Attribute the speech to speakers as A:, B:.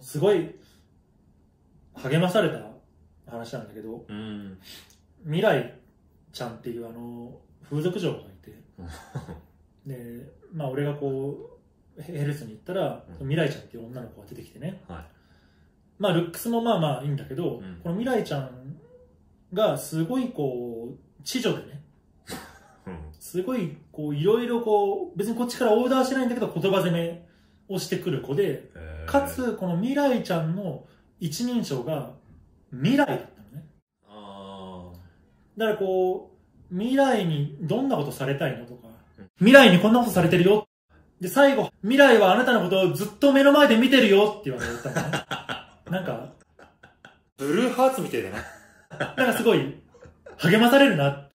A: すごい励まされた話なんだけど
B: うん。
A: 未来ちゃんっていうあの風俗嬢がいてでまあ俺がこうヘヘルスに行ったら
B: うん
A: 未来ちゃんっていう女の子が出てきてね
B: は
A: まあルックスもまあまあいいんだけど、
B: うん
A: この未来ちゃんがすごいこう知女でね
B: い。うん。
A: すごいこういろいろこう別にこっちからオーダーしてないんだけど言葉攻めをしてくる子で
B: えー
A: か、つこの未来ちゃんの一人称が未来だったのね
B: あ
A: だからこう、未来にどんなことされたいのとか
B: うん、
A: 未来にこんなことされてるよ。で、最後、未来はあなたのことをずっと目の前で見てるよって言われた のね。なんか、
B: ーブルーハーツみたいだな。
A: なんかすごい、励まされるな。